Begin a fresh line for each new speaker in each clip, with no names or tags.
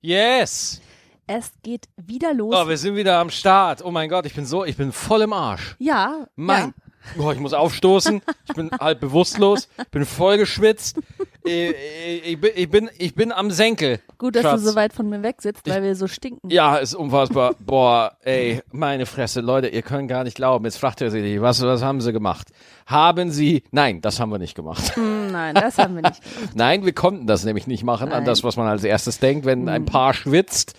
Yes!
Es geht wieder los.
Oh, wir sind wieder am Start. Oh mein Gott, ich bin so, ich bin voll im Arsch.
ja,
Mein,
ja.
oh, ich muss aufstoßen. Ich bin halb bewusstlos. Ich bin voll geschwitzt. Ich, ich, bin- ich, bin, ich bin am Senkel.
Gut, dass
Schatz.
du so weit von mir weg sitzt, weil wir so stinken.
Ja, ist unfassbar. Boah, ey, meine Fresse. Leute, ihr könnt gar nicht glauben. Jetzt fragt ihr sich, was, was haben sie gemacht? Haben sie. Nein, das haben wir nicht gemacht.
Hm, Nein, das haben wir nicht.
Nein, wir konnten das nämlich nicht machen, an
Nein. Mhm.
das, was man als erstes denkt, wenn ein Paar schwitzt.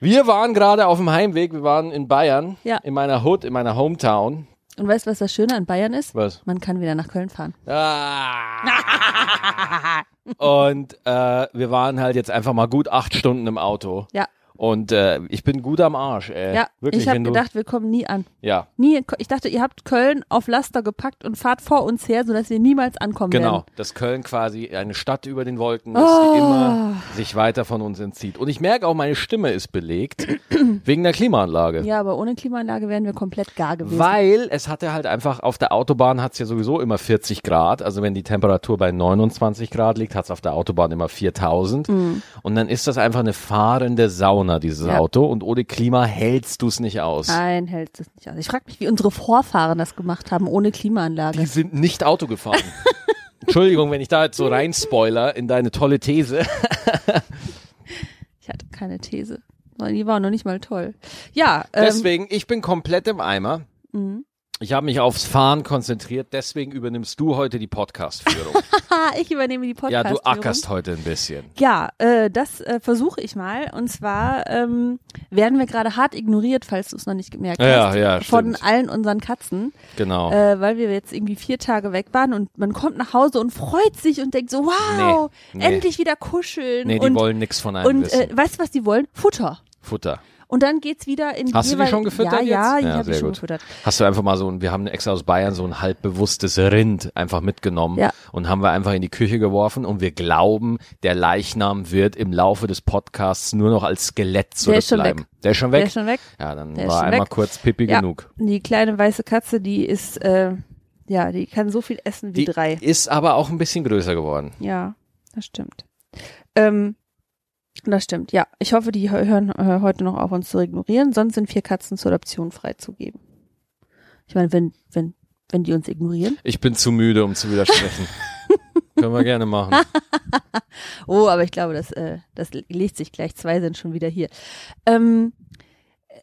Wir waren gerade auf dem Heimweg, wir waren in Bayern,
Ja.
in meiner Hood, in meiner Hometown.
Und weißt du, was das Schöne an Bayern ist?
Was?
Man kann wieder nach Köln fahren.
Ah. Und äh, wir waren halt jetzt einfach mal gut acht Stunden im Auto.
Ja,
Und äh, ich bin gut am Arsch, ey.
ja.
Wirklich,
ich habe
wenn du,
gedacht, wir kommen nie an.
Ja,
Nie, ich dachte, ihr habt Köln auf Laster gepackt und fahrt vor uns her, sodass wir niemals ankommen
genau.
werden.
Dass Köln quasi eine Stadt über den Wolken ist,
Oh.
die immer sich weiter von uns entzieht. Und ich merke auch, meine Stimme ist belegt wegen der Klimaanlage.
Ja, aber ohne Klimaanlage wären wir komplett gar gewesen.
Weil es hatte halt einfach, auf der Autobahn hat es ja sowieso immer 40 Grad. Also wenn die Temperatur bei 29 Grad liegt, hat es auf der Autobahn immer 4000. Und dann ist das einfach eine fahrende Sauna, dieses
Mhm. Ja. Ah.
Auto. Und ohne Klima hältst du es nicht aus.
Nein, hält es nicht aus. Ich frage mich, wie unsere Vorfahren das gemacht haben ohne Klimaanlage.
Die sind nicht Auto gefahren. Entschuldigung, wenn ich da jetzt so rein spoiler in deine tolle These.
Ähm. Ich hatte keine These. Die war noch nicht mal toll. Ja, ähm,
Deswegen, ich bin komplett im Eimer.
Mhm.
Ich habe mich aufs Fahren konzentriert, deswegen übernimmst du heute die Podcast-Führung.
ha, ich übernehme die
ja,
podcast
du ackerst heute ein bisschen.
Ja, äh, das äh, versuche ich mal. Und zwar ähm, werden wir gerade hart ignoriert, falls du es noch nicht gemerkt
Ja,
hast,
ja,
von
stimmt.
allen unseren Katzen,
Genau.
äh, weil wir jetzt irgendwie vier Tage weg waren und man kommt nach Hause und freut sich und denkt so, wow,
Nee, nee.
endlich wieder kuscheln.
nee, die
und
wollen nichts von einem
und
wissen.
äh, weißt du, was die wollen? Futter.
Futter.
Und dann geht's wieder in
Hast du die
jeweil-
schon gefüttert
Ja,
jetzt?
ja, ich
Ja,
habe die
sehr
schon
gut.
gefüttert.
Hast du einfach mal so ein, wir haben extra aus Bayern so ein halb bewusstes Rind einfach mitgenommen
Ja.
und haben wir einfach in die Küche geworfen und wir glauben, der Leichnam wird im Laufe des Podcasts nur noch als Skelett
ist schon
zurückbleiben. Der ist schon weg.
Der ist schon weg.
ja, dann
Der ist
war
schon
einmal
weg.
kurz Pipi
Ja.
genug.
Die kleine weiße Katze, die ist, äh, ja, die kann so viel essen wie
Die
drei.
ist aber auch ein bisschen größer geworden.
Ja, das stimmt. Ähm, das stimmt, ja. Ich hoffe, die hö- hören äh, heute noch auf uns zu ignorieren, sonst sind vier Katzen zur Adoption freizugeben. Ich meine, wenn, wenn, wenn die uns ignorieren.
Ich bin zu müde, um zu widersprechen. Können wir gerne machen.
Oh, aber ich glaube, das, äh, das legt sich gleich. Zwei sind schon wieder hier. Ähm,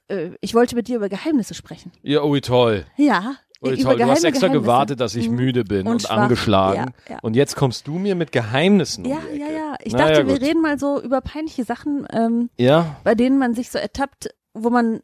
äh, ich wollte mit dir über Geheimnisse sprechen.
Ja, ui toll.
Ja.
Ui,
über
toll. Du hast
geheime
extra
Geheimnisse.
gewartet, dass ich
Mhm.
müde bin
Und
und,
schwach.
angeschlagen.
Ja, ja.
Und jetzt kommst du mir mit Geheimnissen. um
Ja,
die
ja,
Ecke.
ja. Ich
Naja,
dachte, wir
gut.
reden mal so über peinliche Sachen, ähm,
Ja?
bei denen man sich so ertappt, wo man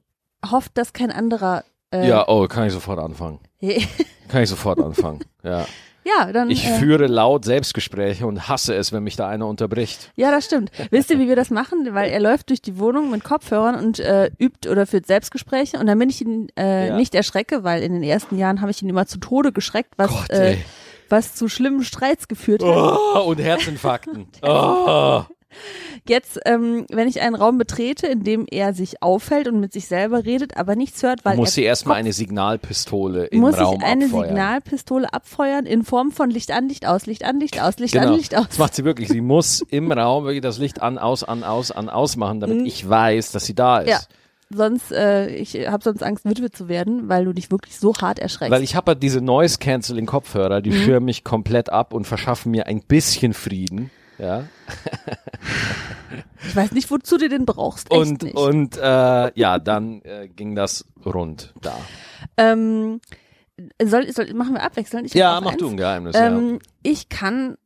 hofft, dass kein anderer. Äh,
Ja, oh, kann ich sofort anfangen. Kann ich sofort anfangen. ja.
ja, dann.
Ich
äh,
führe laut Selbstgespräche und hasse es, wenn mich da einer unterbricht.
Ja, das stimmt. Wisst ihr, wie wir das machen? Weil er läuft durch die Wohnung mit Kopfhörern und äh, übt oder führt Selbstgespräche. Und damit ich ihn äh,
Ja.
nicht erschrecke, weil in den ersten Jahren habe ich ihn immer zu Tode geschreckt, was,
Gott,
äh,
ey.
was zu schlimmen Streits geführt hat.
Oh, und Herzinfarkten. Oh.
Jetzt, ähm, wenn ich einen Raum betrete, in dem er sich auffällt und mit sich selber redet, aber nichts hört, weil
Muss sie
er
erstmal eine Signalpistole im
muss
Raum
ich eine
abfeuern.
Signalpistole abfeuern in Form von Licht an, Licht aus, Licht an, Licht aus, Licht
genau.
an, Licht aus.
Das macht sie wirklich. Sie muss im Raum wirklich das Licht an, aus, an, aus, an, aus machen, damit ich weiß, dass sie da ist.
Mhm. Ja. Sonst, äh, ich habe sonst Angst, Witwe zu werden, weil du dich wirklich so hart erschreckst.
Weil ich habe halt diese Noise Canceling Kopfhörer, die schirmen mich komplett ab und verschaffen mir ein bisschen Frieden. Ja.
Ich weiß nicht, wozu du den brauchst. Echt
Und,
nicht.
und äh, ja, dann äh, ging das rund da.
ähm, soll, soll, machen wir abwechselnd? Ich
Ja,
hab auch
mach
eins.
du ein Geheimnis.
Ähm, Ich kann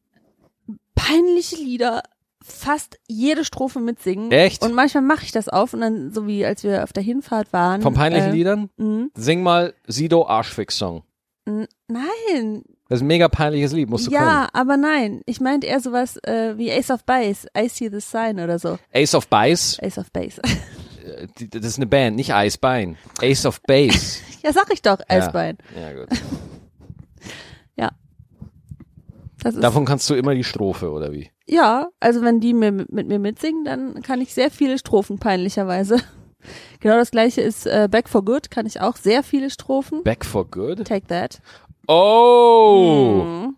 peinliche Lieder fast jede Strophe mitsingen.
Echt?
Und manchmal mache ich das auf und dann, so wie als wir auf der Hinfahrt waren.
ja. Von peinlichen
äh,
Liedern?
mh,
Sing mal Sido Arschfix-Song.
n- Nein,
Das ist ein mega peinliches Lied, musst du
ja, aber nein. Ich meinte eher sowas äh, wie Ace of Base, I See the Sign oder so.
können. Ace of Base,
Ace of Base.
äh, die- das ist eine Band, nicht Eisbein. Ace of Base.
ja, sag ich doch, Eisbein.
Ja, gut.
Das ist,
Davon kannst du immer die Strophe, oder wie?
Ja, also wenn die mir, mit mir mitsingen, dann kann ich sehr viele Strophen peinlicherweise. Genau das gleiche ist äh, Back for Good, kann ich auch sehr viele Strophen.
Back for Good?
Take that.
Oh!
Mhm.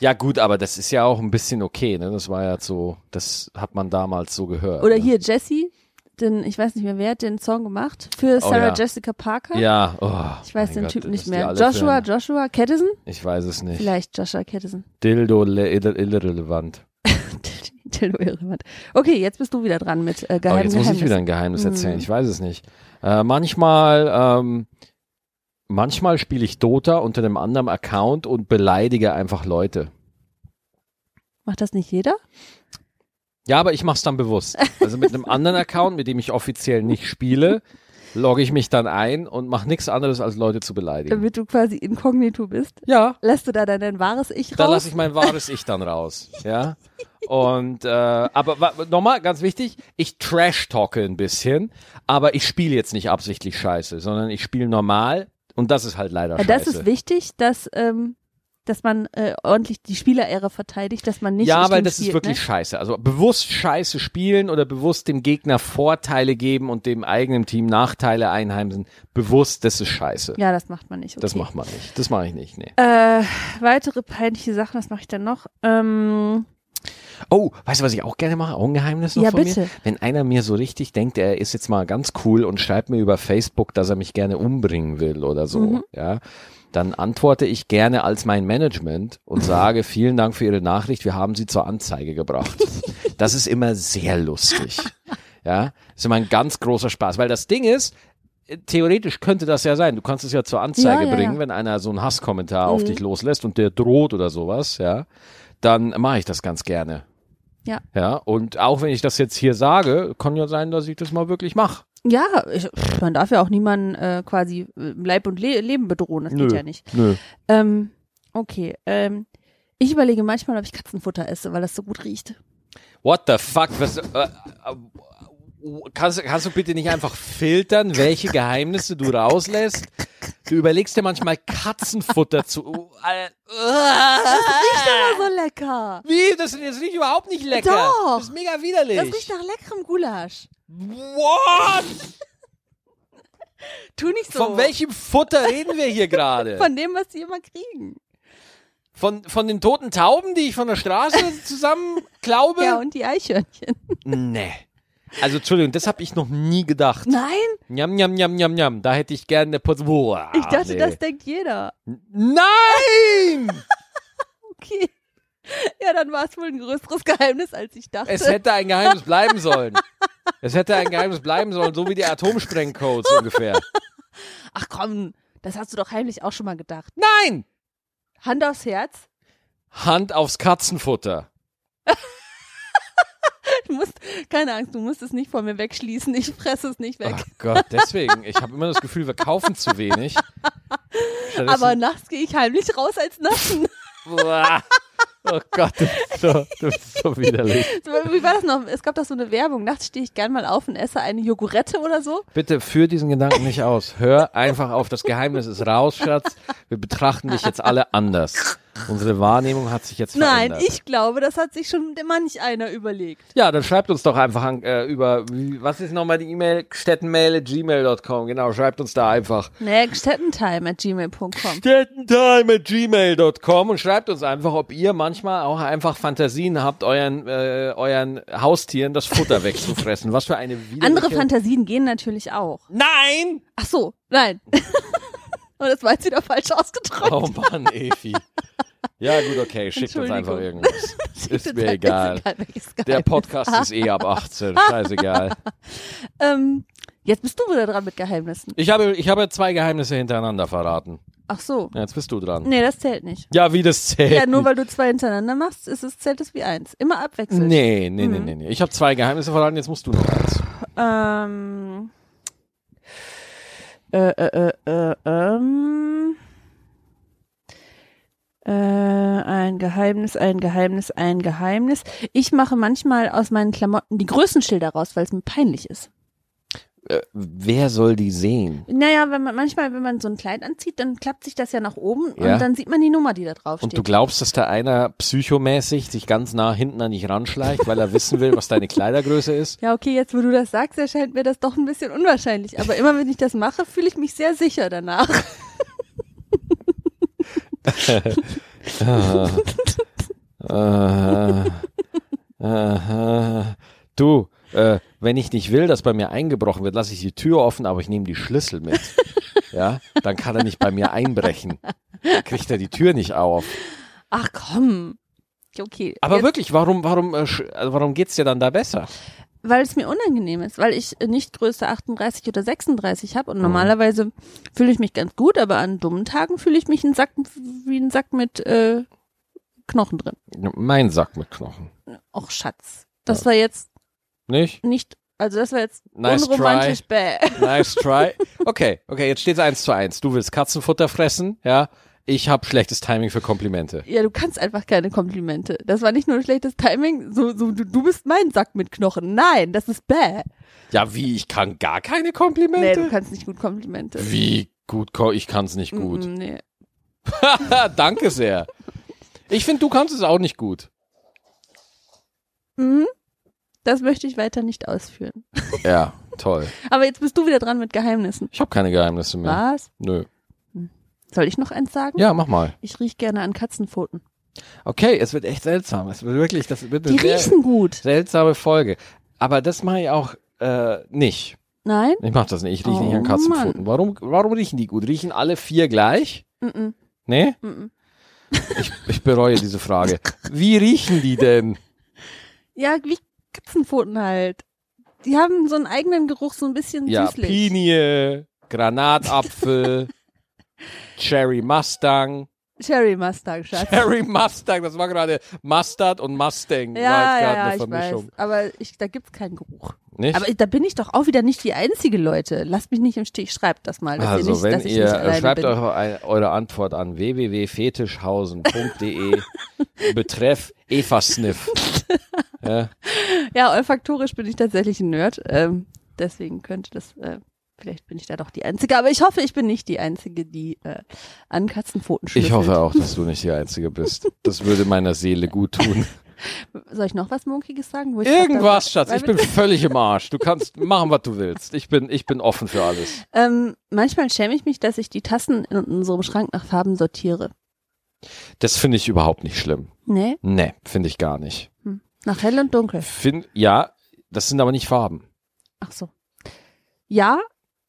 Ja, gut, aber das ist ja auch ein bisschen okay, ne? Das war ja so, das hat man damals so gehört.
Oder
ne?
hier Jesse, den, ich weiß nicht mehr, wer hat den Song gemacht? Für Sarah
Oh, ja.
Jessica Parker?
Ja, oh,
Ich weiß
mein
den
Gott,
Typen
was
nicht
die
mehr.
alle
Joshua,
für-
Joshua Caddison?
Ich weiß es nicht.
Vielleicht Joshua Caddison.
Dildo le- irre- irrelevant.
Dildo irrelevant. Okay, jetzt bist du wieder dran mit äh,
Oh,
geheimen
jetzt muss ich
Geheimnissen.
wieder ein Geheimnis erzählen.
Mhm.
Ich weiß es nicht. Äh, manchmal, ähm, manchmal spiele ich Dota unter einem anderen Account und beleidige einfach Leute.
Macht das nicht jeder?
Ja, aber ich mach's dann bewusst. Also mit einem anderen Account, mit dem ich offiziell nicht spiele, logge ich mich dann ein und mache nichts anderes, als Leute zu beleidigen.
Damit du quasi inkognito bist.
Ja,
Lässt du da dein, dein wahres Ich raus?
Da lasse ich mein wahres Ich dann raus. Ja. Und äh, aber wa- nochmal ganz wichtig, ich trash talke ein bisschen, aber ich spiele jetzt nicht absichtlich scheiße, sondern ich spiele normal und das ist halt leider
Ja,
scheiße.
Äh, das ist wichtig, dass, ähm, dass man äh, ordentlich die Spielerehre verteidigt, dass man nicht
ja,
richtig
weil das
spielt,
ist wirklich
ne?
scheiße. Also bewusst scheiße spielen oder bewusst dem Gegner Vorteile geben und dem eigenen Team Nachteile einheimsen, bewusst, das ist scheiße.
ne? Ja, das macht man nicht. Okay.
Das macht man nicht. Das mache ich nicht. Nee.
Äh, weitere peinliche Sachen, was mache ich dann noch? Ähm,
Oh, weißt du, was ich auch gerne mache? Auch ein Geheimnis noch
Ja,
von
bitte.
mir? Wenn einer mir so richtig denkt, er ist jetzt mal ganz cool und schreibt mir über Facebook, dass er mich gerne umbringen will oder so,
Mhm.
ja, dann antworte ich gerne als mein Management und sage, vielen Dank für Ihre Nachricht, wir haben Sie zur Anzeige gebracht. Das ist immer sehr lustig. Ja, ist immer ein ganz großer Spaß, weil das Ding ist, äh, Theoretisch könnte das ja sein. Du kannst es ja zur Anzeige
Ja, ja,
bringen,
ja. Mhm.
wenn einer so einen Hasskommentar auf dich loslässt und der droht oder sowas, ja. Dann mache ich das ganz gerne.
ja.
Ja, und auch wenn ich das jetzt hier sage, kann ja sein, dass ich das mal wirklich mache.
Ja, ich, pff, man darf ja auch niemanden äh, quasi äh, Leib und Le Leben bedrohen, das geht ja nicht.
Nö.
Ähm, okay, ähm, ich überlege manchmal, ob ich Katzenfutter esse, weil das so gut riecht.
What the fuck? Was, äh, äh, kannst, kannst du bitte nicht einfach filtern, welche Geheimnisse du rauslässt? Du überlegst dir manchmal Katzenfutter zu. Äh, äh,
so lecker.
wie? Das ist jetzt nicht überhaupt nicht lecker.
Doch.
Das ist mega widerlich.
Das riecht nach leckerem Gulasch.
What?
Tu nicht so.
Von welchem Futter reden wir hier gerade?
Von dem, was die immer kriegen.
Von, von den toten Tauben, die ich von der Straße zusammen glaube?
Ja, und die Eichhörnchen.
Nee. Also Entschuldigung, das habe ich noch nie gedacht.
Nein,
Njam, njam, njam, njam, njam. Da hätte ich gerne eine Portion. Boah,
ich dachte,
nee.
das denkt jeder.
Nein!
Okay. Ja, dann war es wohl ein größeres Geheimnis, als ich dachte.
Es hätte ein Geheimnis bleiben sollen. Es hätte ein Geheimnis bleiben sollen, so wie die Atomsprengcodes ungefähr.
Ach komm, das hast du doch heimlich auch schon mal gedacht.
Nein!
Hand aufs Herz.
Hand aufs Katzenfutter.
Du musst, keine Angst, du musst es nicht vor mir wegschließen. Ich fresse es nicht weg.
Ach Oh Gott, deswegen. Ich habe immer das Gefühl, wir kaufen zu wenig. Stattdessen-
Aber nachts gehe ich heimlich raus als Nassen.
Boah. Oh Gott, du bist so, du bist so widerlich.
Wie war das noch? Es gab doch so eine Werbung. Nachts stehe ich gern mal auf und esse eine Jogurette oder so.
Bitte führ diesen Gedanken nicht aus. Hör einfach auf. Das Geheimnis ist raus, Schatz. Wir betrachten dich jetzt alle anders. Unsere Wahrnehmung hat sich jetzt
Nein,
verändert.
ich glaube, das hat sich schon manch einer überlegt.
Ja, dann schreibt uns doch einfach an, äh, über, wie- was ist nochmal die E-Mail? Stettenmail.gmail.com. Genau, schreibt uns da einfach.
Nee, Stettentime at gmail.com.
Stettentime.gmail.com und schreibt uns einfach, ob ihr manchmal auch einfach Fantasien habt, euren, äh, euren Haustieren das Futter wegzufressen. Was für eine widerliche...
Andere Fantasien gehen natürlich auch.
Nein!
Ach so, nein. Und das war jetzt wieder falsch ausgedrückt.
Oh Mann, Evi. Ja, gut, okay, schickt uns
Entschuldigung.
einfach irgendwas. Ist mir egal.
welches Geheimnis.
Der Podcast ist eh ab 18, scheißegal.
Ähm, jetzt bist du wieder dran mit Geheimnissen.
Ich habe, ich habe zwei Geheimnisse hintereinander verraten.
Ach so.
Ja, Jetzt bist du dran.
Nee, das zählt nicht.
Ja, wie das zählt.
Ja, nur weil du zwei hintereinander machst, ist es, zählt es wie eins. Immer abwechselnd.
Nee, nee,
Mhm.
nee, nee, nee. Ich habe zwei Geheimnisse verraten, jetzt musst du noch eins.
Ähm. Äh, äh, äh, äh, ähm. Äh, ein Geheimnis, ein Geheimnis, ein Geheimnis. Ich mache manchmal aus meinen Klamotten die Größenschilder raus, weil es mir peinlich ist.
Äh, Wer soll die sehen?
Naja, wenn man manchmal, wenn man so ein Kleid anzieht, dann klappt sich das ja nach oben
Ja.
und dann sieht man die Nummer, die da drauf
Und
steht.
du glaubst, dass da einer psychomäßig sich ganz nah hinten an dich ranschleicht, weil er wissen will, was deine Kleidergröße ist?
Ja, okay, jetzt wo du das sagst, erscheint mir das doch ein bisschen unwahrscheinlich. Aber immer wenn ich das mache, fühle ich mich sehr sicher danach.
Ah. Äh, äh, du, äh, wenn ich nicht will, dass bei mir eingebrochen wird, lasse ich die Tür offen, aber ich nehme die Schlüssel mit. Ja, dann kann er nicht bei mir einbrechen. Dann kriegt er die Tür nicht auf.
Ach komm. Okay.
Aber
jetzt,
wirklich, warum, warum, äh, sch- also warum geht's dir dann da besser?
Weil es mir unangenehm ist, weil ich äh, nicht Größe 38 oder 36
Mhm.
habe und normalerweise fühle ich mich ganz gut, aber an dummen Tagen fühle ich mich ein Sack, wie ein Sack mit äh, Knochen drin.
Mein Sack mit Knochen.
Och Schatz. Das war jetzt
Nicht?
nicht, also das war jetzt
Nice
unromantisch bäh.
Nice try. Okay, okay, jetzt steht's eins zu eins. Du willst Katzenfutter fressen, ja? Ich habe schlechtes Timing für Komplimente.
Ja, du kannst einfach keine Komplimente. Das war nicht nur ein schlechtes Timing, so, so du, du bist mein Sack mit Knochen. Nein, das ist bäh.
Ja, wie? Ich kann gar keine
Nee,
Komplimente?
du kannst nicht gut Komplimente.
wie gut? ko- Ich kann's nicht gut.
Mm, Nee. Mhm.
Danke sehr. Ich finde, du kannst es auch nicht gut.
Mhm. Das möchte ich weiter nicht ausführen.
Ja, toll.
Aber jetzt bist du wieder dran mit Geheimnissen.
Ich habe keine Geheimnisse mehr.
Was?
Nö.
Soll ich noch eins sagen?
Ja, mach mal.
Ich riech gerne an Katzenpfoten.
Okay, es wird echt seltsam. Es wird wirklich, das wird
Die
eine sehr
riechen gut.
seltsame Folge. Aber das mache ich auch äh, nicht.
Nein?
Ich mache das nicht. Ich rieche nicht
Oh,
an Katzenpfoten.
Mann.
Warum, warum riechen die gut? Riechen alle vier gleich?
Mm-mm,
Nee?
mm-mm.
Ich, ich bereue diese Frage. Wie riechen die denn?
Ja, wie Katzenpfoten halt. Die haben so einen eigenen Geruch, so ein bisschen
Ja,
süßlich.
Pinie, Granatapfel, Cherry Mustang.
Cherry Mustang, Schatz.
Cherry Mustang, das war gerade Mustard und Mustang. war
ja,
jetzt
ja,
gerade
ja,
eine
ich
Vermischung.
weiß. Aber ich, da gibt's keinen Geruch.
Nicht?
Aber da bin ich doch auch wieder nicht die einzige, Leute. Lasst mich nicht im Stich. Schreibt das mal, dass
also,
ihr nicht,
wenn
dass ich nicht
ihr,
alleine
schreibt
bin.
eure, ein- eure Antwort an www.fetischhausen.de betreff Eva Sniff. ja,
Ja, olfaktorisch bin ich tatsächlich ein Nerd. Ähm, deswegen könnte das, äh, vielleicht bin ich da doch die Einzige. Aber ich hoffe, ich bin nicht die Einzige, die äh, an Katzenpfoten schlüsselt.
ich hoffe auch, dass du nicht die Einzige bist. Das würde meiner Seele gut tun.
Soll ich noch was Monkiges sagen? Wo ich grad
Irgendwas,
dabei-
Schatz, ich bin völlig im Arsch. Du kannst machen, was du willst. Ich bin, ich bin offen für alles.
Ähm, manchmal schäme ich mich, dass ich die Tassen in unserem Schrank nach Farben sortiere.
Das finde ich überhaupt nicht schlimm.
Nee,
Nee, finde ich gar nicht.
nach hell und dunkel.
Find, ja, das sind aber nicht Farben.
Ach so. Ja,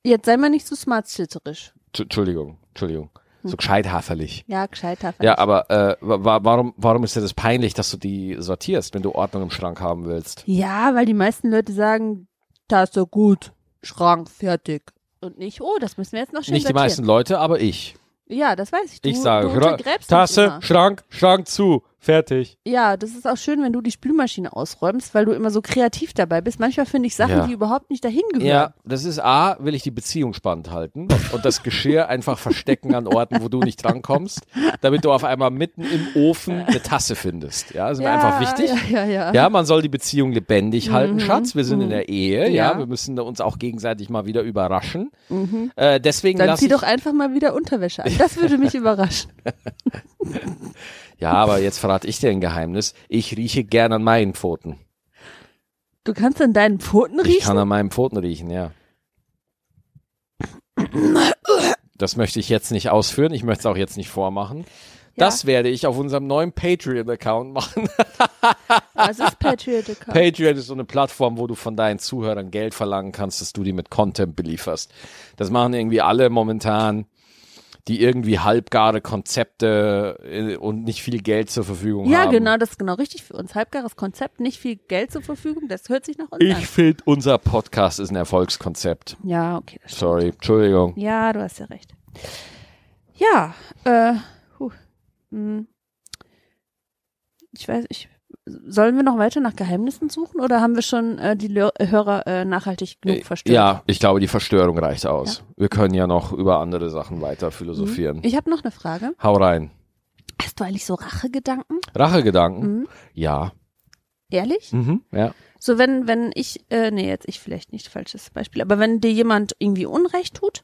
jetzt sei mal nicht so smart-schitterisch.
T- Entschuldigung, Entschuldigung. So gescheit haferlich.
Ja, gescheiter.
Ja, aber äh, wa wa- warum, warum ist dir das peinlich, dass du die sortierst, wenn du Ordnung im Schrank haben willst?
Ja, weil die meisten Leute sagen, da ist doch gut, Schrank fertig. Und nicht, oh, das müssen wir jetzt noch schön
Nicht die
sortieren.
meisten Leute, aber ich.
Ja, das weiß ich. Du,
ich sage,
du
Schra-
untergräbst uns
Tasse,
immer.
Schrank, Schrank zu, fertig.
Ja, das ist auch schön, wenn du die Spülmaschine ausräumst, weil du immer so kreativ dabei bist. Manchmal finde ich Sachen,
Ja.
die überhaupt nicht dahin gehören.
Ja, das ist A, will ich die Beziehung spannend halten und das Geschirr einfach verstecken an Orten, wo du nicht drankommst, damit du auf einmal mitten im Ofen eine Tasse findest. Ja, ist mir
Ja,
einfach wichtig.
Ja, ja, ja.
Ja, man soll die Beziehung lebendig halten,
Mhm.
Schatz. Wir sind in
Mhm.
der Ehe, ja.
Ja.
Wir müssen uns auch gegenseitig mal wieder überraschen.
Mhm.
Äh, deswegen
Dann
lass
zieh
ich,
doch einfach mal wieder Unterwäsche an. Das würde mich überraschen.
Ja, aber jetzt verrate ich dir ein Geheimnis. Ich rieche gern an meinen Pfoten.
Du kannst an deinen Pfoten
Ich kann
riechen.
an meinen Pfoten riechen, ja. Das möchte ich jetzt nicht ausführen. Ich möchte es auch jetzt nicht vormachen. Das werde ich auf unserem neuen Patreon-Account machen.
Das Ah, ist Patriot Account.
Patreon ist so eine Plattform, wo du von deinen Zuhörern Geld verlangen kannst, dass du die mit Content belieferst. Das machen irgendwie alle momentan, die irgendwie halbgare Konzepte äh, und nicht viel Geld zur Verfügung
Ja,
haben.
genau, das ist genau richtig für uns. Halbgares Konzept, nicht viel Geld zur Verfügung, das hört sich nach uns
Ich
an.
finde, unser Podcast ist ein Erfolgskonzept.
Ja, okay. Das stimmt.
Sorry, Entschuldigung.
Ja, du hast ja recht. Ja, äh, huh, hm. ich weiß, ich, sollen wir noch weiter nach Geheimnissen suchen oder haben wir schon äh, die Lö Hörer äh, nachhaltig genug verstört? Hm.
Ja, ich glaube, die Verstörung reicht aus. Wir können ja noch über andere Sachen weiter philosophieren.
Mhm. Ich habe noch eine Frage.
Hau rein.
Hast du eigentlich so Rachegedanken?
Rachegedanken?
Mhm.
Ja.
Ehrlich?
Mhm. Ja.
So, wenn, wenn ich, äh, nee, jetzt ich vielleicht nicht, falsches Beispiel, aber wenn dir jemand irgendwie Unrecht tut,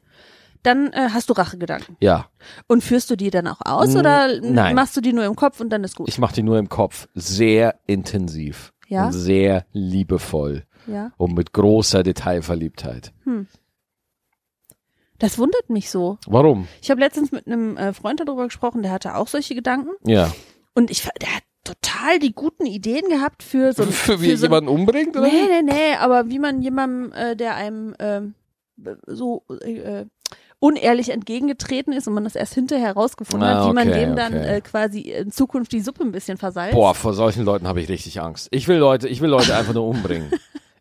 dann äh, hast du Rachegedanken.
Ja.
Und führst du die dann auch aus
Mm,
oder
nein.
machst du die nur im Kopf und dann ist gut?
Ich mache die nur im Kopf. Sehr intensiv.
Ja?
Und sehr liebevoll.
ja.
Und mit großer Detailverliebtheit.
Das wundert mich so.
Warum?
Ich habe letztens mit einem äh, Freund darüber gesprochen, der hatte auch solche Gedanken
Ja.
und ich ver- der hat total die guten Ideen gehabt für so
für wie
für so-
jemanden umbringt oder?
Nee, nee, nee, aber wie man jemandem, äh, der einem ähm, b- so äh, unehrlich entgegengetreten ist und man das erst hinterher herausgefunden
Ah,
hat, wie man
okay,
dem dann
okay.
äh, quasi in Zukunft die Suppe ein bisschen versalzt.
Boah, vor solchen Leuten habe ich richtig Angst. Ich will Leute, ich will Leute einfach nur umbringen.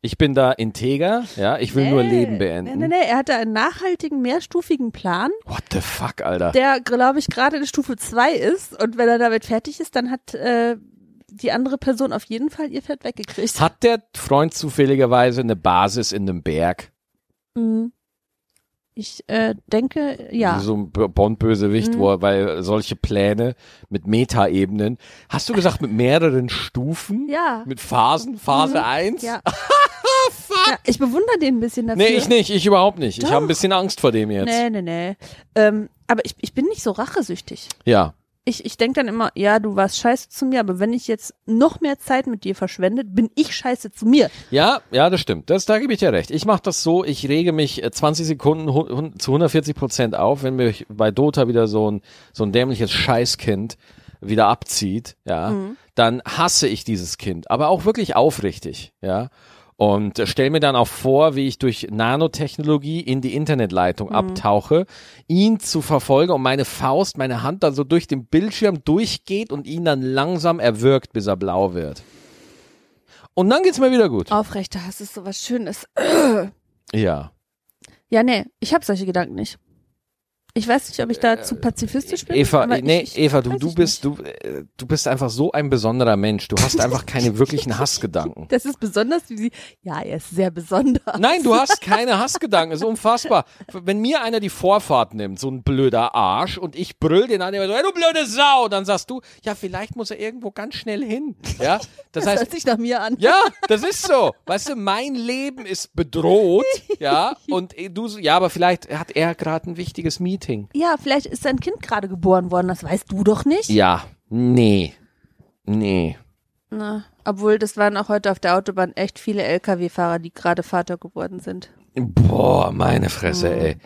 Ich bin da integer, ja, ich will nur
Nee,
Leben
Nee,
beenden.
nee, nee, er hatte einen nachhaltigen, mehrstufigen Plan,
What the fuck, Alter?
der, glaube ich, gerade in Stufe 2 ist und wenn er damit fertig ist, dann hat äh, die andere Person auf jeden Fall ihr Fett weggekriegt.
Hat der Freund zufälligerweise eine Basis in einem Berg?
Hm. Ich äh, denke, ja.
So ein B- Bond-Bösewicht,
Mhm.
wo er, weil solche Pläne mit Metaebenen. Hast du gesagt, mit mehreren Stufen?
Ja.
Mit Phasen? Phase
Mhm.
1?
Ja. ja. Ich bewundere den ein bisschen dafür.
Nee, ich nicht, ich überhaupt nicht. Ich
Doch.
habe ein bisschen Angst vor dem jetzt.
Nee, nee, nee. Ähm, aber ich, ich bin nicht so rachesüchtig.
Ja.
Ich, ich denke dann immer, ja, du warst scheiße zu mir, aber wenn ich jetzt noch mehr Zeit mit dir verschwende, bin ich scheiße zu mir.
Ja, ja, das stimmt. Das, da gebe ich dir recht. Ich mache das so, ich rege mich äh, 20 Sekunden hu- hun- zu 140 Prozent auf, wenn mich bei Dota wieder so ein, so ein dämliches Scheißkind wieder abzieht, ja, dann hasse ich dieses Kind, aber auch wirklich aufrichtig, ja. Und äh, stell mir dann auch vor, wie ich durch Nanotechnologie in die Internetleitung abtauche, ihn zu verfolgen und meine Faust, meine Hand dann so durch den Bildschirm durchgeht und ihn dann langsam erwürgt, bis er blau wird. Und dann geht's mir wieder gut.
Aufrechter Hass ist sowas Schönes.
Ja.
Ja, nee, ich habe solche Gedanken nicht. Ich weiß nicht, ob ich da zu pazifistisch bin.
Äh, Eva,
aber
nee,
ich, ich,
Eva, du,
weiß
du
ich
bist, du, äh, du bist einfach so ein besonderer Mensch. Du hast einfach keine wirklichen Hassgedanken.
Das ist besonders, wie sie. Ja, er ist sehr besonders.
Nein, du hast keine Hassgedanken. Ist unfassbar. Wenn mir einer die Vorfahrt nimmt, so ein blöder Arsch, und ich brüll den an, der so, hey, du blöde Sau, dann sagst du, ja, vielleicht muss er irgendwo ganz schnell hin. Ja, das
Das
heißt,
hört sich nach mir an.
Ja, das ist so. Weißt du, mein Leben ist bedroht, ja, und äh, du so, ja, aber vielleicht hat er gerade ein wichtiges Meeting.
Ja, vielleicht ist sein Kind gerade geboren worden, das weißt du doch nicht.
Ja, nee. Nee.
Na, obwohl, das waren auch heute auf der Autobahn echt viele Lkw-Fahrer, die gerade Vater geworden sind.
Boah, meine Fresse,
Mhm.
ey.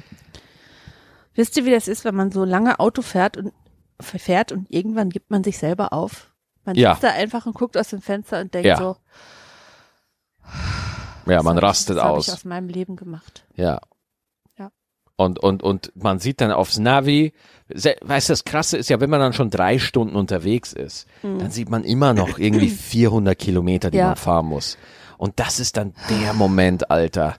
Wisst ihr, wie das ist, wenn man so lange Auto fährt und verfährt und irgendwann gibt man sich selber auf? Man
Ja.
sitzt da einfach und guckt aus dem Fenster und denkt
Ja,
so,
Ja, man
was hab ich-
rastet
was hab ich
aus.
aus meinem Leben gemacht.
Ja.
Ja.
Und, und, und man sieht dann aufs Navi, se- weißt du, das Krasse ist ja, wenn man dann schon drei Stunden unterwegs ist, dann sieht man immer noch irgendwie 400 Kilometer, die
Mhm. Ja.
man fahren muss. Und das ist dann der Moment, Alter.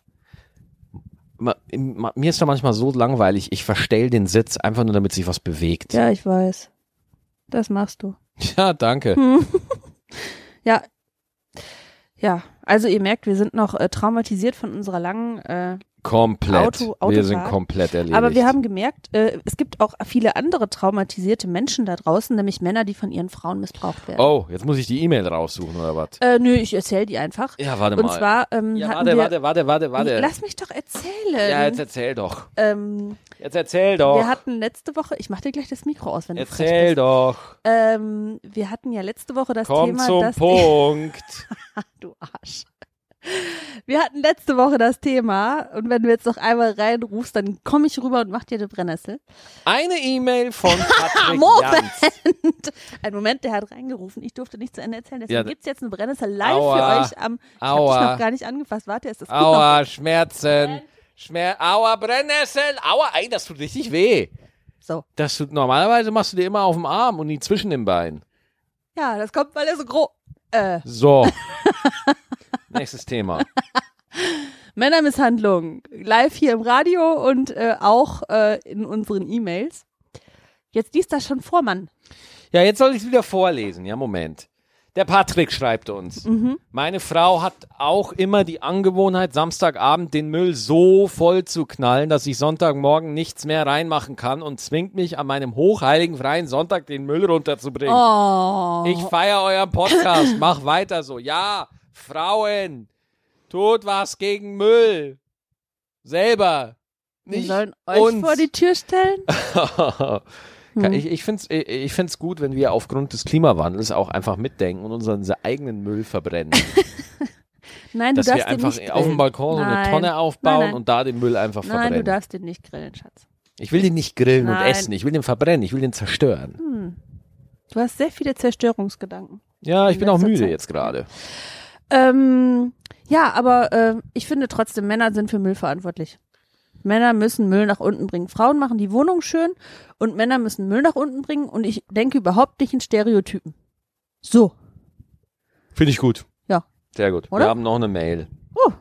Ma- im- ma- Mir ist da manchmal so langweilig, ich verstell den Sitz einfach nur, damit sich was bewegt.
Ja, ich weiß. Das machst du.
Ja, danke.
Hm. Ja. Ja, also ihr merkt, wir sind noch äh, traumatisiert von unserer langen äh,
Komplett.
Auto-
wir sind
Autofahrt.
komplett erledigt.
Aber wir haben gemerkt, äh, es gibt auch viele andere traumatisierte Menschen da draußen, nämlich Männer, die von ihren Frauen missbraucht werden.
Oh, jetzt muss ich die E-Mail raussuchen oder was?
Äh, nö, ich erzähle die einfach.
Ja, Oh. warte
Und
mal.
zwar ähm,
ja,
hatten
warte,
wir, Hm,
warte, warte, warte, warte.
Lass mich doch erzählen.
ja, jetzt erzähl doch.
ähm,
Jetzt erzähl doch.
Wir hatten letzte Woche, ich mach dir gleich das Mikro aus, wenn du frech
erzähl
bist.
doch.
Ähm, wir hatten ja letzte Woche das
Komm
Thema,
zum
dass
Punkt.
du Arsch. Wir hatten letzte Woche das Thema und wenn du jetzt noch einmal reinrufst, dann komme ich rüber und mach dir eine Brennnessel.
Eine E-Mail von Patrick
Moment.
Jans.
Ein Moment, der hat reingerufen. Ich durfte nicht zu Ende erzählen. Deswegen
Ja,
gibt's jetzt eine Brennnessel live
Aua.
für euch am. Ich hab dich
Aua.
noch gar nicht angefasst. Warte, ist das gut noch?
Aua, Schmerzen. Schmer Aua, Brennnessel. Aua, ey, das tut richtig weh.
So.
Das tut, normalerweise machst du dir immer auf dem Arm und nie zwischen den Beinen.
Ja, das kommt, weil er so groß. Äh,
So. Nächstes Thema.
Männermisshandlung. Live hier im Radio und äh, auch äh, in unseren E-Mails. Jetzt liest das schon Vormann.
Ja, jetzt soll ich es wieder vorlesen. Ja, Moment. Der Patrick schreibt uns. Meine Frau hat auch immer die Angewohnheit, Samstagabend den Müll so voll zu knallen, dass ich Sonntagmorgen nichts mehr reinmachen kann und zwingt mich, an meinem hochheiligen freien Sonntag den Müll runterzubringen.
Oh.
Ich feiere euren Podcast. Mach weiter so. Ja, Frauen, tut was gegen Müll. Selber.
Wir
Nicht
sollen euch
uns.
vor die Tür stellen? Hm.
Kann- Ich, ich finde es ich, ich find's gut, wenn wir aufgrund des Klimawandels auch einfach mitdenken und unseren se- eigenen Müll verbrennen.
Nein,
Dass
du
wir
darfst den
einfach
nicht grillen.
auf dem Balkon so eine
Nein.
Tonne aufbauen
Nein, nein.
und da den Müll einfach
Nein, du
verbrennen.
darfst den nicht grillen, Schatz.
ich will den nicht grillen und
Nein. Hm.
essen, ich will den verbrennen, ich will den zerstören.
Du hast sehr viele Zerstörungsgedanken.
Ja, ich
In
bin auch
letzter
müde
Zeit.
jetzt gerade.
Ähm, ja, aber äh, ich finde trotzdem, Männer sind für Müll verantwortlich. Männer müssen Müll nach unten bringen. Frauen machen die Wohnung schön und Männer müssen Müll nach unten bringen und ich denke überhaupt nicht in Stereotypen. So.
Finde ich gut.
Ja.
Sehr gut.
Oder?
Wir haben noch eine Mail.
Oh.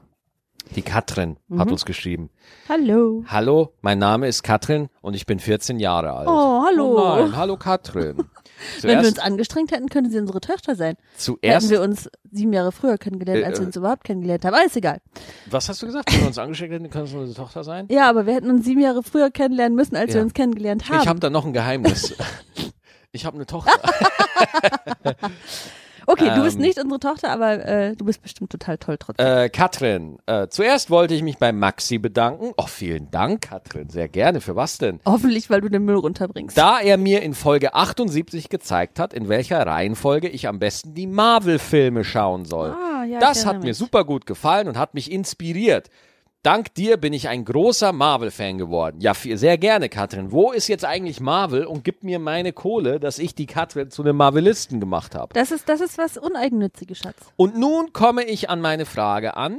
Die Katrin
Mhm.
hat uns geschrieben.
Hallo.
Hallo, mein Name ist Katrin und ich bin 14 Jahre alt.
Oh,
Oh
hallo.
nein, hallo Katrin.
Wenn wir uns
Zuerst,
angestrengt hätten, könnte sie unsere Tochter sein. hätten
zuerst
wir uns sieben Jahre früher kennengelernt, als
Äh,
wir uns überhaupt kennengelernt haben. Aber ist egal.
was hast du gesagt? Wenn wir uns angeschickt hätten, könnte es unsere Tochter sein?
Ja, aber wir hätten uns sieben Jahre früher kennenlernen müssen, als wir
Ja.
uns kennengelernt haben.
Ich habe da noch ein Geheimnis. ich habe eine Tochter.
okay, du bist
ähm,
nicht unsere Tochter, aber äh, du bist bestimmt total toll trotzdem.
Äh, Katrin, äh, zuerst wollte ich mich bei Maxi bedanken. Oh, vielen Dank, Katrin. Sehr gerne. Für was denn?
Hoffentlich, weil du den Müll runterbringst.
Da er mir in Folge 78 gezeigt hat, in welcher Reihenfolge ich am besten die Marvel-Filme schauen soll.
Ah, ja, ich
das
erinnere
hat mir
mich.
super gut gefallen und hat mich inspiriert. Dank dir bin ich ein großer Marvel-Fan geworden. Ja, viel, sehr gerne, Katrin. Wo ist jetzt eigentlich Marvel und gib mir meine Kohle, dass ich die Katrin zu einem Marvelisten gemacht habe?
Das ist, das ist was Uneigennütziges, Schatz.
Und nun komme ich an meine Frage an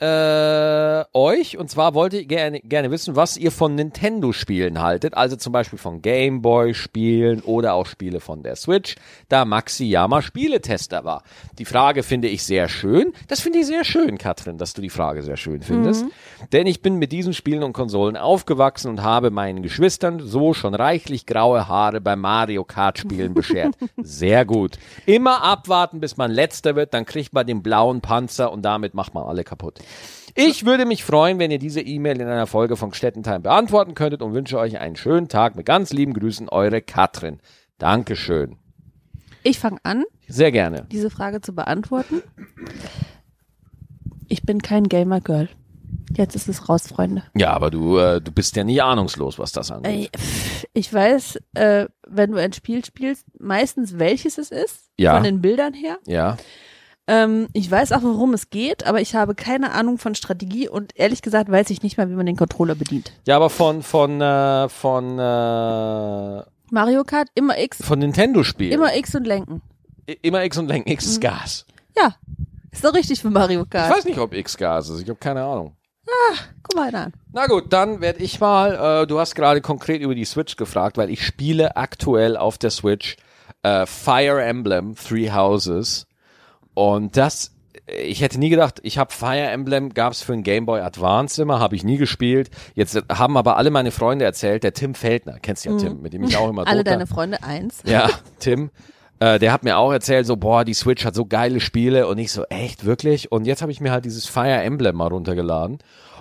äh, euch. Und zwar wollte ich gerne, gerne wissen, was ihr von Nintendo-Spielen haltet. Also zum Beispiel von Gameboy-Spielen oder auch Spiele von der Switch, da Maxi ja mal Spieletester war. Die Frage finde ich sehr schön. Das finde ich sehr schön, Katrin, dass du die Frage sehr schön findest. Denn ich bin mit diesen Spielen und Konsolen aufgewachsen und habe meinen Geschwistern so schon reichlich graue Haare bei Mario Kart-Spielen beschert. Sehr gut. Immer abwarten, bis man letzter wird, dann kriegt man den blauen Panzer und damit macht man alle kaputt. Ich würde mich freuen, wenn ihr diese E-Mail in einer Folge von Stettentime beantworten könntet und wünsche euch einen schönen Tag. Mit ganz lieben Grüßen, eure Katrin. Dankeschön.
Ich fange an,
Sehr gerne.
diese Frage zu beantworten. Ich bin kein Gamer-Girl. Jetzt ist es raus, Freunde.
Ja, aber du, äh, du bist ja nicht ahnungslos, was das angeht.
Ey, pff, Ich weiß, äh, wenn du ein Spiel spielst, meistens welches es ist,
Ja.
von den Bildern her.
Ja.
Ähm, ich weiß auch, worum es geht, aber ich habe keine Ahnung von Strategie und ehrlich gesagt weiß ich nicht mal, wie man den Controller bedient.
Ja, aber von, von, äh, von, äh,
Mario Kart, immer X,
von Nintendo-Spielen.
immer Mhm. X und lenken.
I- immer X und Lenken. X ist Gas.
Ja, ist doch richtig für Mario
Ich
Kart.
weiß nicht, ob X Gas ist. Ich habe keine Ahnung.
Guck mal einer an.
Na gut, dann werde ich mal, äh, du hast gerade konkret über die Switch gefragt, weil ich spiele aktuell auf der Switch äh, Fire Emblem Three Houses. Und das, ich hätte nie gedacht, ich habe Fire Emblem, gab's für einen Game Boy Advance immer, habe ich nie gespielt. Jetzt haben aber alle meine Freunde erzählt, der Tim Feldner, kennst ja Tim, mit dem ich auch immer
Mhm. Alle
Dota-
deine Freunde eins.
Ja, Tim. Äh, der hat mir auch erzählt, so, boah, die Switch hat so geile Spiele und ich so, echt, wirklich? Und jetzt habe ich mir halt dieses Fire Emblem mal runtergeladen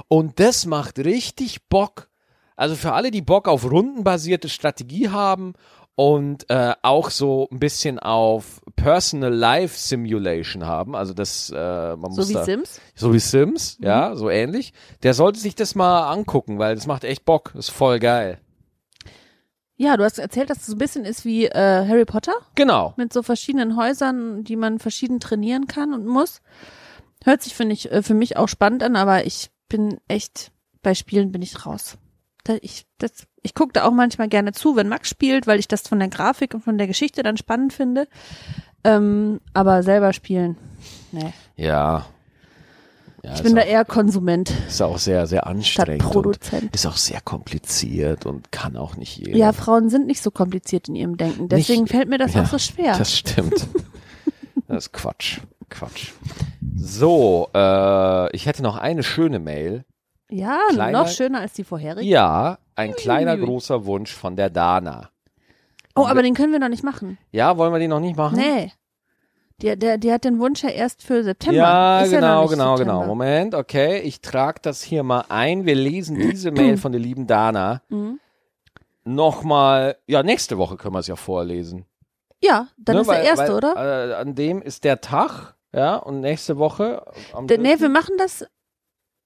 und das macht richtig Bock. Also für alle, die Bock auf rundenbasierte Strategie haben und äh, auch so ein bisschen auf Personal Life Simulation haben, also das, äh, man
So
muss
wie
da,
Sims. Mhm.
so wie Sims, ja, so ähnlich, der sollte sich das mal angucken, weil das macht echt Bock, ist voll geil.
Ja, du hast erzählt, dass es so ein bisschen ist wie äh, Harry Potter
Genau.
mit so verschiedenen Häusern, die man verschieden trainieren kann und muss. Hört sich finde ich äh, für mich auch spannend an, aber ich bin echt bei Spielen bin ich raus. Da, ich das, ich gucke da auch manchmal gerne zu, wenn Max spielt, weil ich das von der Grafik und von der Geschichte dann spannend finde. Ähm, aber selber spielen, nee.
Ja. ja
ich
ist
bin da
auch-
eher Konsument
Ist auch sehr, sehr
statt
anstrengend. Und
Produzent.
ist auch sehr kompliziert und kann auch nicht jeder.
Ja, Frauen sind nicht so kompliziert in ihrem Denken. Deswegen
Nicht-
fällt mir das
Ja,
auch so schwer.
Das stimmt. das ist Quatsch. Quatsch. So, äh, ich hätte noch eine schöne Mail.
ja,
Kleiner-
noch schöner als die vorherige.
Ja, ein kleiner
Uiuiui.
großer Wunsch von der Dana.
Oh, aber den können wir noch nicht machen.
Ja, wollen wir die noch nicht machen?
Nee. Der, der, die hat den Wunsch ja erst für September.
Ja,
Ist ja
genau,
noch nicht
genau,
September.
genau. Moment, okay, ich trage das hier mal ein. Wir lesen diese Mail von der lieben Dana
Mhm.
nochmal. Ja, nächste Woche können wir es ja vorlesen.
Ja, dann
Ne,
ist der
weil-
erste,
weil,
oder?
Äh, an dem ist der Tag, ja, und nächste Woche. Am
Der, nee,
dritten-
wir machen das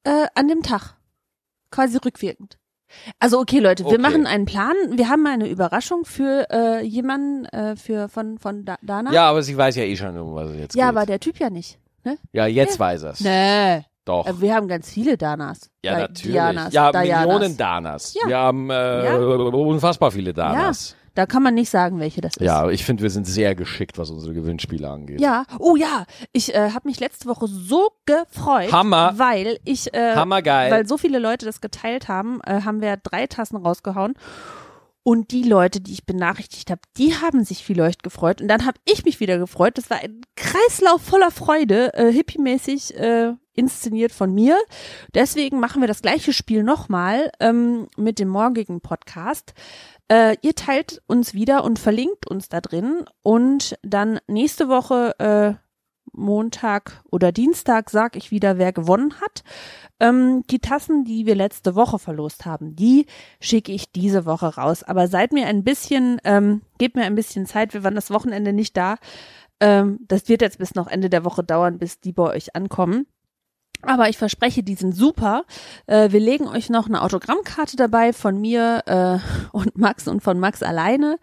äh, an dem Tag. Quasi rückwirkend. Also okay, Leute, wir
Okay.
machen einen Plan. Wir haben eine Überraschung für äh, jemanden äh, für, von, von da Dana.
ja, aber sie weiß ja eh schon, um was es jetzt
ja
geht.
aber der Typ ja nicht. Ne?
ja, jetzt weiß er's.
Nee.
Doch.
Äh, Wir haben ganz viele Danas.
ja,
Di-
natürlich.
Dianas,
ja,
Dianas.
Millionen Danas.
Ja.
Wir haben äh,
Ja.
unfassbar viele Danas.
Da kann man nicht sagen, welche das ist.
Ja, ich finde, wir sind sehr geschickt, was unsere Gewinnspiele angeht.
Ja, oh ja, ich äh, habe mich letzte Woche so gefreut,
Hammer.
weil ich, äh,
Hammergeil.
weil so viele Leute das geteilt haben, äh, haben wir drei Tassen rausgehauen. Und die Leute, die ich benachrichtigt habe, die haben sich vielleicht gefreut. Und dann habe ich mich wieder gefreut. Das war ein Kreislauf voller Freude, äh, hippiemäßig äh, inszeniert von mir. Deswegen machen wir das gleiche Spiel nochmal ähm, mit dem morgigen Podcast. Äh, ihr teilt uns wieder und verlinkt uns da drin. Und dann nächste Woche äh, Montag oder Dienstag sag ich wieder, wer gewonnen hat. Ähm, die Tassen, die wir letzte Woche verlost haben, die schicke ich diese Woche raus. Aber seid mir ein bisschen, ähm, gebt mir ein bisschen Zeit. Wir waren das Wochenende nicht da. Ähm, das wird jetzt bis noch Ende der Woche dauern, bis die bei euch ankommen. Aber ich verspreche, die sind super. Äh, wir legen euch noch eine Autogrammkarte dabei von mir äh, und Max und von Max alleine.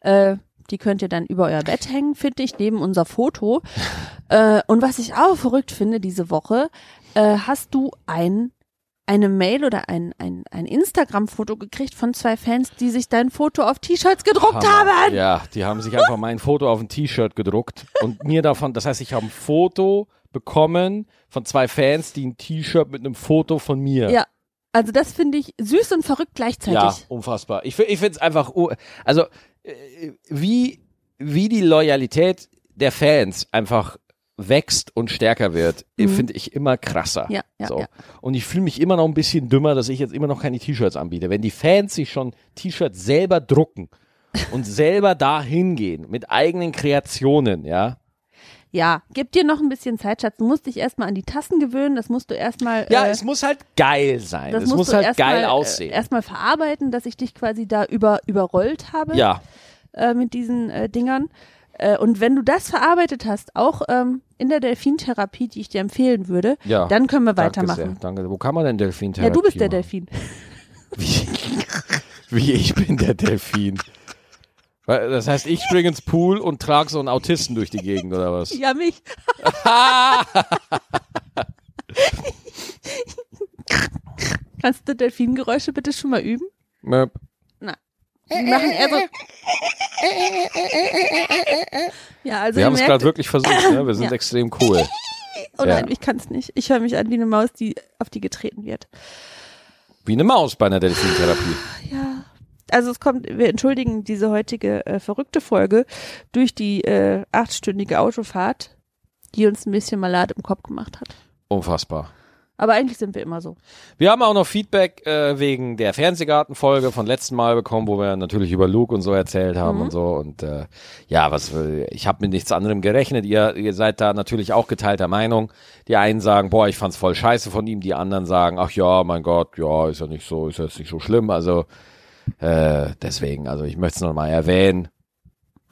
Äh, die könnt ihr dann über euer Bett hängen, finde ich, neben unser Foto. Äh, und was ich auch verrückt finde diese Woche, äh, hast du ein, eine Mail oder ein, ein, ein Instagram-Foto gekriegt von zwei Fans, die sich dein Foto auf T-Shirts gedruckt
Hammer.
haben.
Ja, die haben sich einfach mein Foto auf ein T-Shirt gedruckt und mir davon, das heißt, ich habe ein Foto bekommen von zwei Fans, die ein T-Shirt mit einem Foto von mir.
Ja, also das finde ich süß und verrückt gleichzeitig.
Ja, unfassbar. Ich, fi- ich finde es einfach, u- also äh, wie, wie die Loyalität der Fans einfach wächst und stärker wird,
Mhm.
finde ich immer krasser.
Ja, ja,
so.
ja.
Und ich fühle mich immer noch ein bisschen dümmer, dass ich jetzt immer noch keine T-Shirts anbiete. Wenn die Fans sich schon T-Shirts selber drucken und selber da hingehen mit eigenen Kreationen, ja.
Ja, gib dir noch ein bisschen Zeit, Schatz. Du musst dich erstmal an die Tassen gewöhnen. Das musst du erstmal.
Ja,
äh,
es muss halt geil sein.
das
es
musst
muss
du
halt
erstmal,
geil
äh,
aussehen.
Erstmal verarbeiten, dass ich dich quasi da über, überrollt habe.
ja,
äh, mit diesen äh, Dingern. Äh, und wenn du das verarbeitet hast, auch ähm, in der Delfintherapie, die ich dir empfehlen würde,
ja.
dann können wir
Danke, sehr,
weitermachen.
danke. Wo kann man denn Delfintherapie
Ja, du bist der
machen?
Delfin.
Wie, wie ich bin der Delfin. Weil, Das heißt, ich springe ins Pool und trage so einen Autisten durch die Gegend oder was?
Ja, mich. Kannst du Delfingeräusche bitte schon mal üben?
Möp.
Na. Die machen eher so. Ja, also
Wir
ihr
haben es
merkt,
gerade wirklich versucht, ne? Wir sind
Ja.
extrem cool.
oh nein,
ja.
ich kann es nicht. Ich höre mich an wie eine Maus, die auf die getreten wird.
Wie eine Maus bei einer Delfintherapie.
Ja. Also es kommt, wir entschuldigen diese heutige äh, verrückte Folge durch die äh, achtstündige Autofahrt, die uns ein bisschen Malat im Kopf gemacht hat.
Unfassbar.
Aber eigentlich sind wir immer so.
Wir haben auch noch Feedback äh, wegen der Fernsehgartenfolge von letzten Mal bekommen, wo wir natürlich über Luke und so erzählt haben und so. Und äh, ja, was äh, ich habe mit nichts anderem gerechnet. Ihr, ihr seid da natürlich auch geteilter Meinung. Die einen sagen, boah, ich fand's voll scheiße von ihm. Die anderen sagen, ach ja, mein Gott, ja, ist ja nicht so, ist jetzt nicht so schlimm. Also äh, deswegen, also ich möchte es nochmal erwähnen.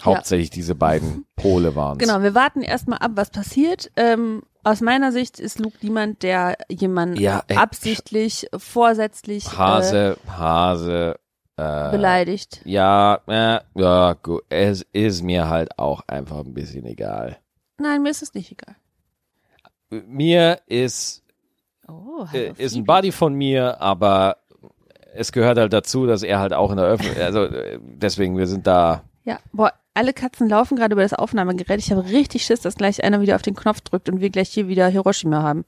Hauptsächlich diese beiden Pole waren's.
Genau, wir warten erstmal ab, was passiert. Ähm, aus meiner Sicht ist Luke niemand, der jemanden
Ja, ey,
absichtlich, vorsätzlich äh,
Hase, Hase, äh,
beleidigt.
Ja, äh, ja, gut. Es ist mir halt auch einfach ein bisschen egal.
Nein, mir ist es nicht egal.
Mir ist,
Oh, hallo,
äh, ist ein
Phoebe.
Buddy von mir, aber es gehört halt dazu, dass er halt auch in der Öffentlichkeit, also äh, deswegen, wir sind da.
Ja, boah, alle Katzen laufen gerade über das Aufnahmegerät. Ich habe richtig Schiss, dass gleich einer wieder auf den Knopf drückt und wir gleich hier wieder Hiroshima haben.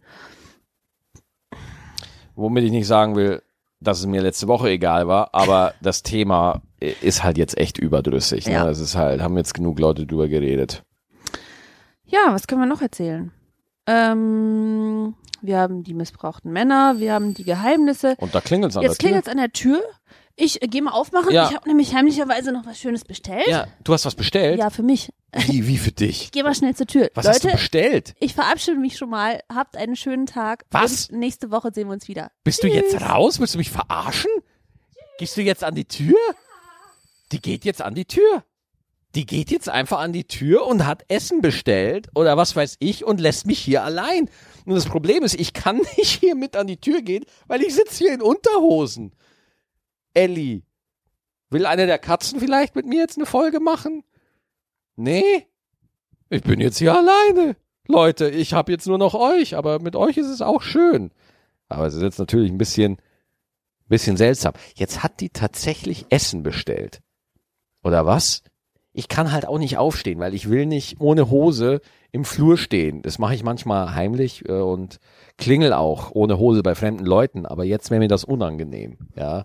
Womit ich nicht sagen will, dass es mir letzte Woche egal war, aber das Thema i- ist halt jetzt echt überdrüssig.
Ja.
Ne? Das ist halt, haben jetzt genug Leute drüber geredet.
Ja, was können wir noch erzählen? Ähm, wir haben die missbrauchten Männer, wir haben die Geheimnisse.
Und da klingelt's an
Jetzt
der Tür.
klingelt es an der Tür. Ich äh, gehe mal aufmachen.
Ja.
Ich habe nämlich heimlicherweise noch was Schönes bestellt.
Ja, du hast was bestellt?
Ja, für mich.
Wie, wie für dich?
Ich gehe mal schnell zur Tür.
Was hast du
Leute,
bestellt?
ich verabschiede mich schon mal. Habt einen schönen Tag.
Was?
Und nächste Woche sehen wir uns wieder.
Bist du jetzt raus? Willst du mich verarschen? Gehst du jetzt an die Tür? Die geht jetzt an die Tür. Die geht jetzt einfach an die Tür und hat Essen bestellt oder was weiß ich und lässt mich hier allein. Und das Problem ist, ich kann nicht hier mit an die Tür gehen, weil ich sitze hier in Unterhosen. Elli, will eine der Katzen vielleicht mit mir jetzt eine Folge machen? Nee, ich bin jetzt hier alleine. Leute, ich habe jetzt nur noch euch, aber mit euch ist es auch schön. Aber es ist jetzt natürlich ein bisschen, bisschen seltsam. Jetzt hat die tatsächlich Essen bestellt. Oder was? Ich kann halt auch nicht aufstehen, weil ich will nicht ohne Hose im Flur stehen. Das mache ich manchmal heimlich äh, und klingel auch ohne Hose bei fremden Leuten, aber jetzt wäre mir das unangenehm, ja.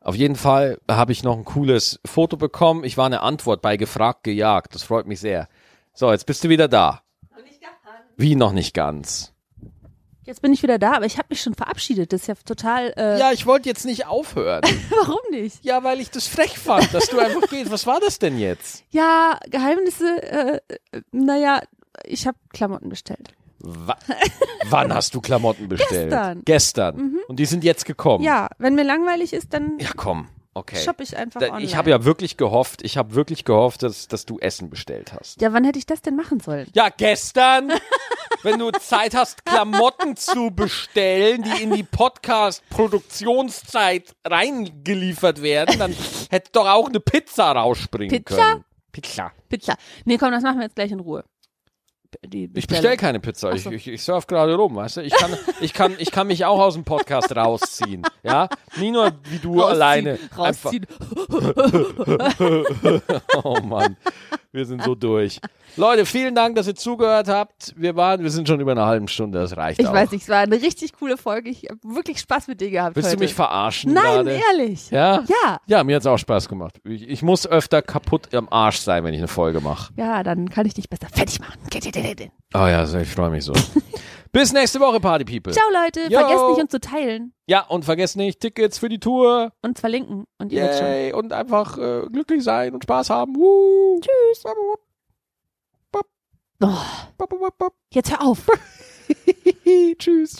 Auf jeden Fall habe ich noch ein cooles Foto bekommen. Ich war eine Antwort bei gefragt, gejagt. Das freut mich sehr. So, jetzt bist du wieder da. Wie noch nicht ganz?
Jetzt bin ich wieder da, aber ich habe mich schon verabschiedet. Das ist ja total. Äh,
Ja, ich wollte jetzt nicht aufhören.
Warum nicht?
Ja, weil ich das frech fand, dass du einfach gehst. Was war das denn jetzt?
Ja, Geheimnisse. Äh, äh, naja, ich habe Klamotten bestellt.
Hm. Wa Wann hast du Klamotten bestellt?
Gestern.
Gestern. Mhm. Und die sind jetzt gekommen.
Ja, wenn mir langweilig ist, dann
Ja, komm. Okay.
shoppe ich einfach
Da-
online.
ich habe ja wirklich gehofft, ich habe wirklich gehofft, dass, dass du Essen bestellt hast.
ja, wann hätte ich das denn machen sollen?
Ja, gestern, wenn du Zeit hast, Klamotten zu bestellen, die in die Podcast-Produktionszeit reingeliefert werden, dann hätte doch auch eine Pizza rausspringen
Pizza?
können. Pizza?
Pizza. Nee, komm, das machen wir jetzt gleich in Ruhe. Die
Ich
Bestellung.
bestelle keine Pizza. Ich,
so.
ich, ich surf gerade rum, weißt du? Ich kann, ich, kann, ich kann mich auch aus dem Podcast rausziehen. Ja? Nie nur wie du
Rausziehen,
alleine.
Rausziehen.
Oh Mann, wir sind so durch. Leute, vielen Dank, dass ihr zugehört habt. Wir waren, wir sind schon über eine halbe Stunde, das reicht
Ich
auch.
weiß nicht, es war eine richtig coole Folge. Ich habe wirklich Spaß mit dir gehabt.
Willst
heute.
du mich verarschen
Nein,
gerade?
ehrlich.
Ja?
Ja.
Ja, mir hat's auch Spaß gemacht. Ich, ich muss öfter kaputt am Arsch sein, wenn ich eine Folge mache.
Ja, dann kann ich dich besser fertig machen.
Oh ja, ich freue mich so. Bis nächste Woche, Party People.
Ciao, Leute.
Jo.
Vergesst nicht, uns zu teilen
Ja, und vergesst nicht, Tickets für die Tour.
und zu verlinken. Und ihr wisst schon.
Yay. Und einfach äh, glücklich sein und Spaß haben. Woo. Tschüss.
Oh, jetzt hör auf.
Tschüss.
Tschüss.